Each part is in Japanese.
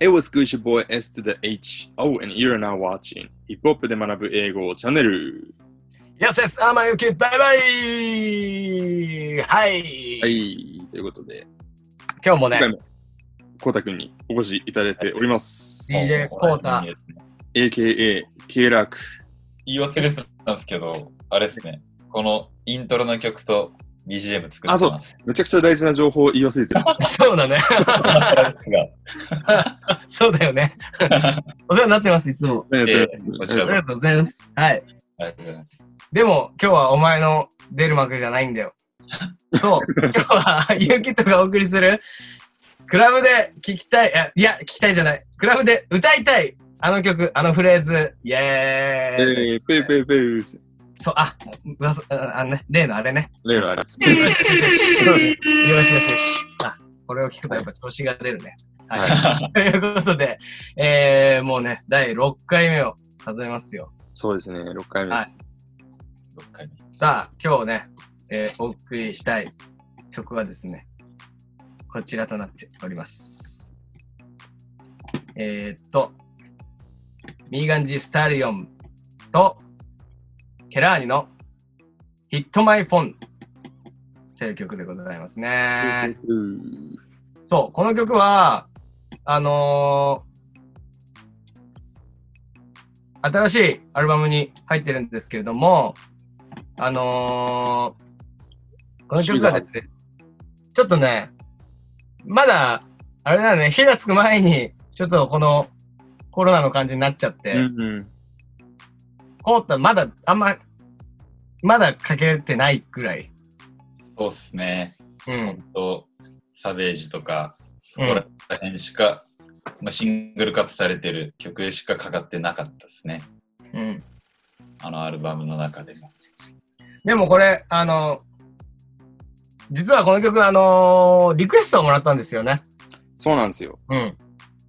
Hey, what's good, your boy S to the H. Oh, and you're now watching ヒップホップで学ぶ英語チャンネル。 Yes, yes, I'm a y バイバイはい、はい、ということで、今日も今回ね、もコウタくんにお越しいただいております。 DJ コータ、 AKA、ケイラーク。言い忘れてたんですけど、あれですね。このイントロの曲と BGM 作あって そうます。めちゃくちゃ大事な情報を言い忘れてる。そうだね。 そうだよ ね。お世話になってます、いつ も。ありがとうごこざちいらあまりこがとうございます。はい。ありがとうございます。でも、今日はお前の出る幕じゃないん だよ。そう、今日は、ゆうきとがお送りする、クラブで聴きたい、あいや、聴きたいじゃない、クラブで歌いたい、あの曲、あのフレーズ、イェす。ーイ。えー、ペイペイペイです。そう、あ、うわああのね、例のあれね。例のあれです。 よしよしよし。よしよしよし。あ、これを聞くとやっぱ調子が出るね。 はい。ということで、えー、もうね、第6回目を数えますよ。そうですね、6回目です。はいさあ、今日ね、えー、お送りしたい曲はですね、こちらとなっております。えー、っと、ミーガンジ・スタリオンとケラーニのヒットマイフォンという曲でございますね。うんそう、この曲は、あのー新しいアルバムに入ってるんですけれども、あのーこの曲がですね、ちょっとね、まだ、あれだよね、火がつく前に、ちょっとこのコロナの感じになっちゃって、うんこうったまだ、あんま、まだかけてないぐらい。そうっすね。うん。と、サベージとか、そこら辺しか、まあ、シングルカットされてる曲しかかかってなかったですね。うん。あのアルバムの中でも。でもこれ、あの、実はこの曲、あのリクエストをもらったんですよね。そうなんですよ。うん。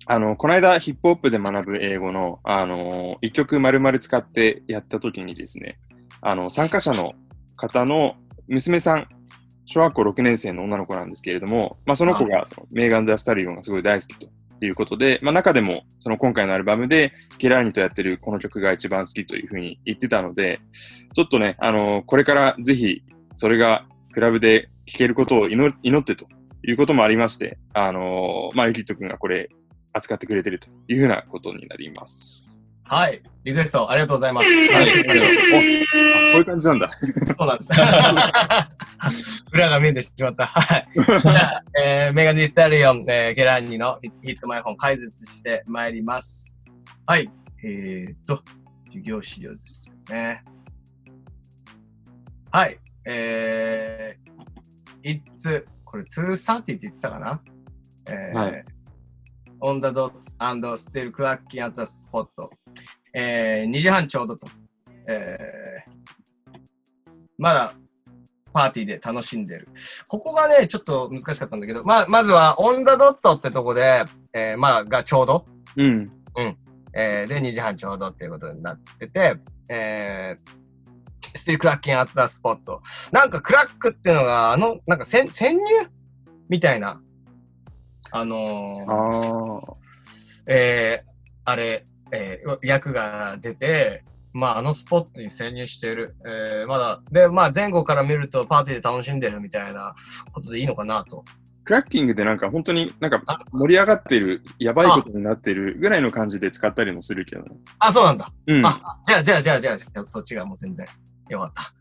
あの、この間、ヒップホップで学ぶ英語の、あのー、一曲丸々使ってやった時にですね、あの、参加者の方の娘さん、小学校6年生の女の子なんですけれども、まあ、その子がそのメーガン・ザ・スタリオンがすごい大好きということで、まあ、中でも、その今回のアルバムで、ケラーニとやってるこの曲が一番好きというふうに言ってたので、ちょっとね、あのーこれからぜひ、それがクラブで聴けることを祈祈ってということもありまして、あのーまあ、ゆきとくんがこれ、扱ってくれてるというふうなことになります。はい。リクエストありがとうございます。ははいい、おあこういう感じなんだ。そうなんです。 裏が見えてしまった。はい。じゃあえーメガディ・スタリオン、えーケラーニのヒヒットマイフォン解説してまいります。はい。えーっと、授業資料ですね。はい。えー、It's, これ230って言ってたかなえー、は On the dot and still cracking at the spot. えー、2時半ちょうどと。えー、まだパーティーで楽しんでる。ここがね、ちょっと難しかったんだけど、まあ、まずは、オンダドットってとこで、えーまあ、がちょうど、うん。えーで、2時半ちょうどっていうことになってて、えー、スティルクラッキンアッツアスポット。なんか、クラックっていうのが、あの、なんか、潜潜入みたいな、あのあー、あ。えーあれ、えー役が出て、まあ、あのスポットに潜入している。えーまだ、で、まあ、前後から見るとパーティーで楽しんでるみたいなことでいいのかなと。クラッキングでなんか本当になんか盛り上がってる、やばいことになってるぐらいの感じで使ったりもするけどね。あ、そうなんだ。うん。あじゃあ、じゃあ、じゃあ、じゃあ、じゃあそっちがもう全然よかった。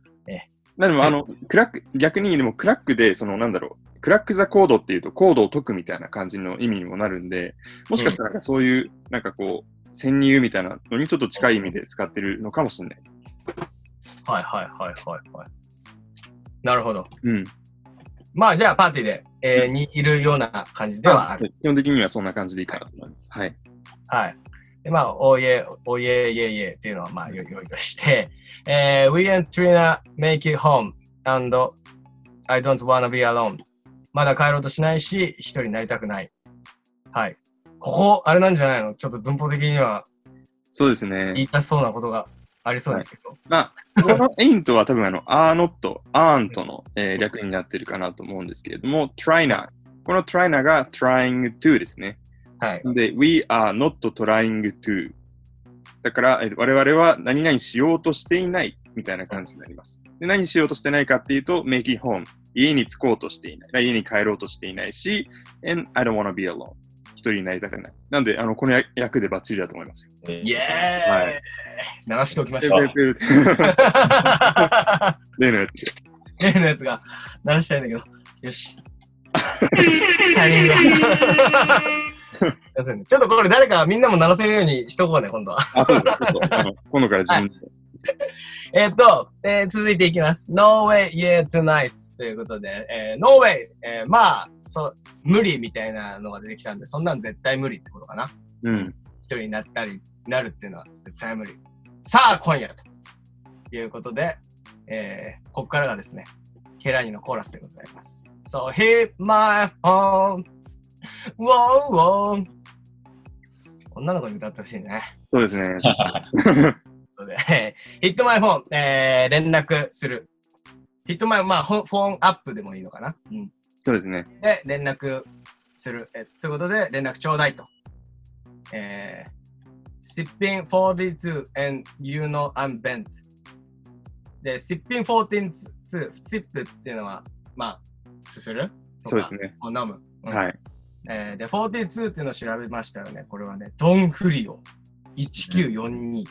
でもあの、クラック、逆にでもクラックで、そのなんだろう、クラックザコードっていうとコードを解くみたいな感じの意味にもなるんで、もしかしたらなんかそういう、なんかこう、潜入みたいなのにちょっと近い意味で使ってるのかもしれない。はいはいはいはいはい。なるほど。うん。まあ、じゃあ、パーティーで、えーにいるような感じではある。基本的にはそんな感じでいいかなと思います。はい。はい。で、まあ、おいえ、おいえ、いえいえっていうのは、まあ、よよいとして、えー、We and Trina make it home and I don't wanna be alone. まだ帰ろうとしないし、一人になりたくない。はい。ここ、あれなんじゃないのちょっと文法的にはそうですね。言いたそうなことがありそうですけど。まあ、このエイントは多分あの、アーノット、アーンとの、えー略になってるかなと思うんですけれども、トライナー。このトライナーが trying to ですね。はい。で、We are not trying to だから、えー我々は何々しようとしていないみたいな感じになります。で何しようとしてないかっていうと、make it home。家に着こうとしていない。家に帰ろうとしていないし、and I don't wanna be alone。一人になりたくない。なんで、あの、この役でバッチリだと思いますよ。イエーイ、はい鳴らしておきましペょう。 ルペルペルペル例のやつで。例 のやつが鳴らしたいんだけど。よし。タイミング が。すいませんねちょっとこれ誰かみんなも鳴らせるようにしとこうね、今度は。 あ、 そうだ、そうだ。あの今度から自分で。えーっと、えー続いていきます。No way, yeah, tonight ということで、えー No way、えーまあそう、無理みたいなのが出てきたんで、そんなん絶対無理ってことかな。うん。一人になったり、なるっていうのは絶対無理。さあ、今夜ということで、えーここからがですね、ケラニのコーラスでございます。So hit my home, wow, wow. 女の子に歌ってほしいね。 そうですね。ということで、hit my phone、えー連絡する。hit my, まあ、フォフォンアップでもいいのかな。うん。そうですね。で、連絡する。えということで、連絡ちょうだいと。えー、Sipping 42 and you know I'm bent. で、Sipping 14 2 Sip っていうのは、まあ、すするそうです。ね。とか飲む。うんはい。えーで、42っていうのを調べましたらね、これはね、ドンフリオ1942、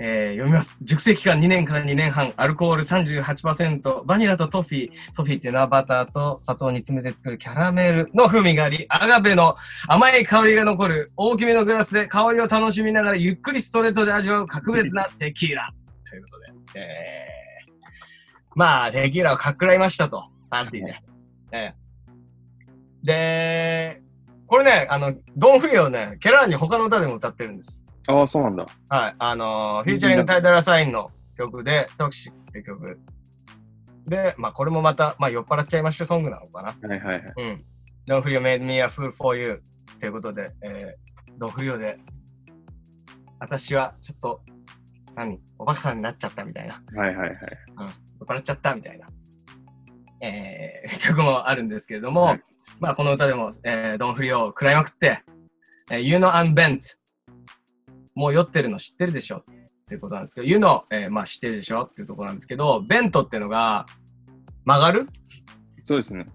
えー読みます。熟成期間2年から2年半、アルコール38%、バニラとトフィー、トフィーっていうのはバターと砂糖に詰めて作るキャラメルの風味があり、アガベの甘い香りが残る大きめのグラスで香りを楽しみながらゆっくりストレートで味わう格別なテキーラ。ということで、えー、まあ、テキーラをかっくらいましたと、パーティーで。ええで、これね、あの、ドン・フリオね、ケラーに他の歌でも歌ってるんです。ああ、そうなんだ。はい、あのーフューチャリングタイダラサインの曲で、トクシックって曲。で、まあ、これもまた、まあ、酔っ払っちゃいましょうソングなのかな。はいはいはい。うん。Don't feel you made me a fool for you ということで、えー、Don't feel you で、私はちょっと、何おバカさんになっちゃったみたいな。はいはいはい。酔っ払っちゃったみたいな、えー、 曲もあるんですけれども、はいまあこの歌でも、えー、ドンフリを食らいまくって、えー、You know I'm bent もう酔ってるの知ってるでしょっていうことなんですけど You know、えーまあ知ってるでしょっていうところなんですけど bent っていうのが曲がるそうですね。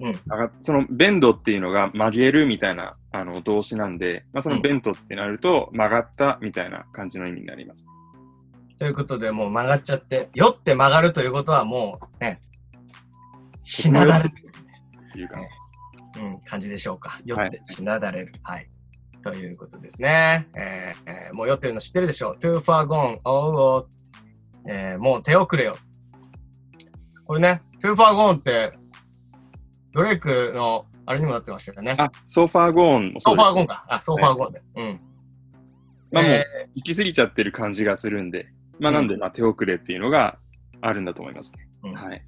うんなんかそのベンドっていうのが曲げるみたいなあの動詞なんで、まあ、そのベンドってなると曲がったみたいな感じの意味になります。ということでもう曲がっちゃって酔って曲がるということはもうねしなだれっていう感じです。うん、感じでしょうか。酔ってしなだれる。はい。ということですね、えーえーもう酔ってるの知ってるでしょう。too far gone, oh, oh. えーもう手をくれよ。これね、too far gone って、ドレイクのあれにもなってましたよね。あ、ソファーゴーンもそソうフですァー。ゴンか。あ、ソファーゴンで。うん。まあもうえ行き過ぎちゃってる感じがするんで、まあなんでまあ手遅れっていうのがあるんだと思いますね。ーうんはい。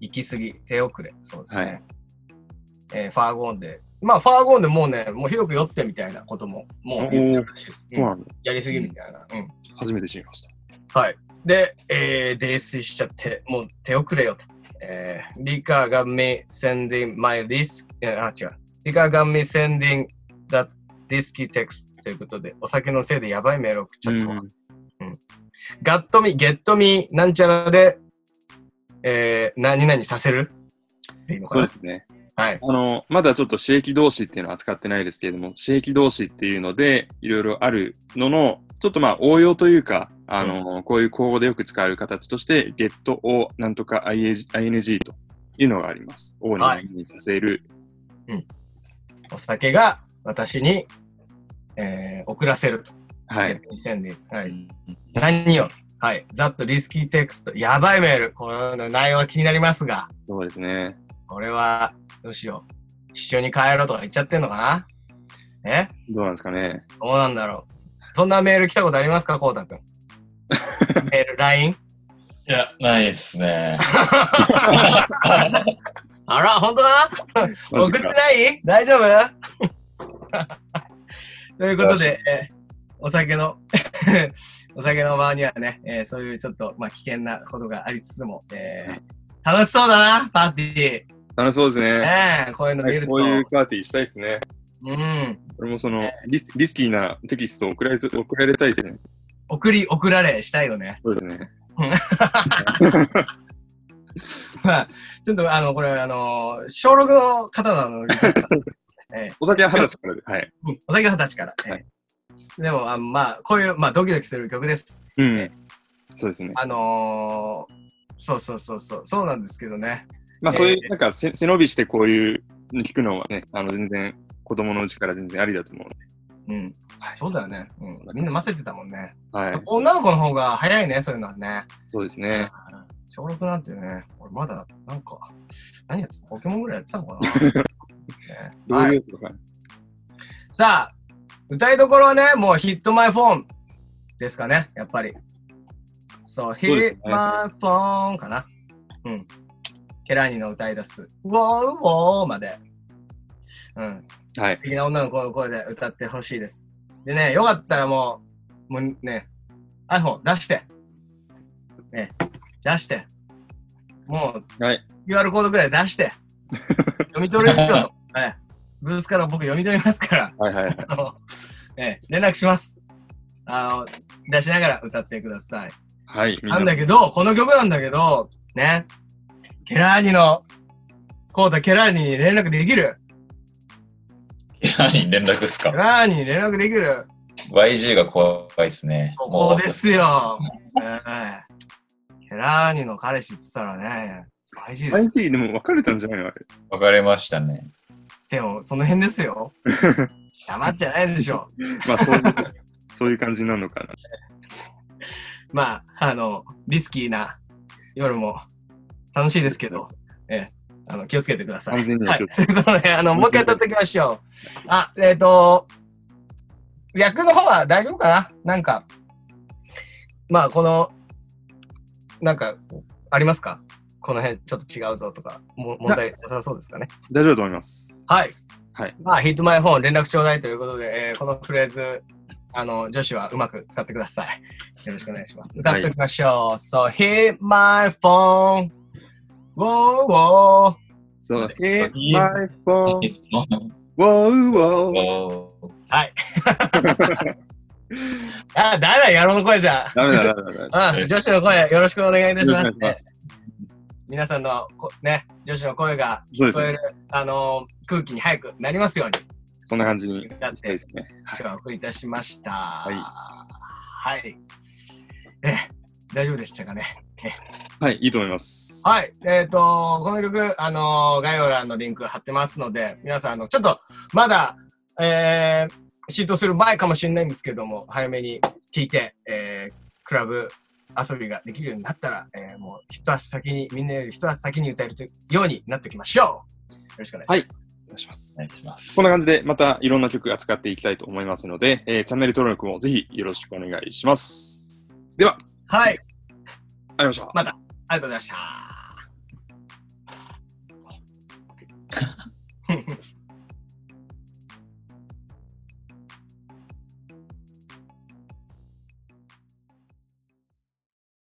行き過ぎ、手遅れ。そうですね。はいえーファーゴンで。まあ、ファーゴンでもうね、もうひどく酔ってみたいなことも、もう言ってるらしいです。そううんなんだ。やりすぎみたいな。うん。初めて知りました。はい。で、えー、泥酔しちゃって、もう手遅れよと。えー、リカが me sending my risk、えーあ、違う。リカが me sending that risky text ということで、お酒のせいでやばいメール送っちゃったわ。うんガットミ、ゲットミなんちゃらで、えー、何々させるっていうのかそうなで。すね。はい。あの、まだちょっと刺激動詞っていうのは扱ってないですけれども、刺激動詞っていうので、いろいろあるのの、ちょっとまあ応用というか、あの、こういう口語でよく使われる形として、get をなんとか ING ING というのがあります。O にはい何にさせる。お酒が私に、えー、遅らせると。はい。ゲットミ sending。はい。何よ。はい。ざっとリスキーテクスト。やばいメール。この内容は気になりますが、そうですね。これは、どうしよう。一緒に帰ろうとか言っちゃってんのかなえどうなんですかね。どうなんだろう。そんなメール来たことありますかこうたくん。メール、LINE? いや、ないですね。 あら、本当かな送っマてジかない大丈夫ということで、えーお酒の、 お酒の場にはね、えーそういうちょっと、まあ、危険なことがありつつも、えー楽しそうだな、パーティー。楽しそうですね。ねえ、こういうの見はいると。こういうパーティーしたいですね。うん。俺もそのリス、リスキーなテキストを送られ送られたいですね。送り、送られしたいよね。そうですね。まあ、ちょっと、あの、これ、あの、小6の方 なので、えお酒は二十歳からで。はい。ーお酒二十歳から。えーはいでも、あのまあ、こういう、まあ、ドキドキする曲です。うん。そうですね。あのーそうそうそうそう、そうなんですけどね。まあそういう、なんか背背伸びしてこういうの聞くのはね、あの全然子供のうちから全然ありだと思うので。うん。はいそうだよね。うんそうだねみんな混ぜてたもんね。はい。女の子の方が早いね、そういうのはね。そうですね。小6なんてね、俺まだ、なんか、何やってたポケモンぐらいやってた のかな、どねうはいい。うことか。さあ、歌いどころはね、もうヒットマイフォンですかね、やっぱり。そう、ヒすねットマイフォンかな。うん。ケラーニの歌い出す。ウォーウォーまで。うん。はい素。敵な女の子の声で歌ってほしいです。でね、よかったらもう、もうね、iPhone 出して。ね、出して。もう、はい。 QR コードぐらい出 して。読み取れるよと。はい。ブースから僕読み取りますから、はいはいはい。あの、ね、連絡します。あの、出しながら歌ってください。はい。みなんだけけど、この曲なんだけど、ね、ケラーニの、コータケラーニに連絡できる。いや、に連絡っすケかラーニに連絡できる。 ?YG が怖いっすね。ここでもすよ。ええケラーニの彼氏って言ったらね、大事です。ど。でも別れたんじゃないのあ れ。う別れましたね。でも、その辺ですよ。黙っちゃないでしょ。まあそういう、そういう感じになるのかな。まあ、あの、リスキーな夜も楽しいですけど、ええあの気をつけてください。完全にははい気をつということで、あの、もう一回歌っていきましょう。あ、えっ、と、役の方は大丈夫かななんか、まあ、この、なんか、ありますかこの辺ちょっと違うぞとか、も問題なさそうですかね。大丈夫だと思います。はい。はい。まあ、ヒットマイフォン連絡ちょうだいということで、えーこのフレーズ、あの、女子はうまく使ってください。よろしくお願いします。歌っておきましょう。So, hit my phone. Whoa, whoa. So, はい hit my phone, お wow, wow. ーあ、だめだ、野郎の声じゃ。ダメだ、ダメだダメだ。あ女子の声、よろしくお願いいたしまよす。ろしくお願いし皆さんのこね、女子の声がそうで聞すこえね。る、あの空気に早くなりますように、そんな感じにしだったいてですね。今日はお送りいたしました。はいい。え、大丈夫でしたかね。はい、いいと思います。い。はい。えっ、と、この曲、あの概要欄のリンク貼ってますので、皆さん、あの、ちょっと、まだ、えー、浸透する前かもしれないんですけども、早めに聴いて、えー、クラブ遊びができるようになったら、えー、もう、一足先に、みんなより一足先に歌えるというようになっておきましょう。よろしくお願いします。はいお願いしますお。願いします。こんな感じで、またいろんな曲扱っていきたいと思いますので、えーチャンネル登録もぜひよろしくお願いします。では、はい。ありがとうございました。ありがとうございました。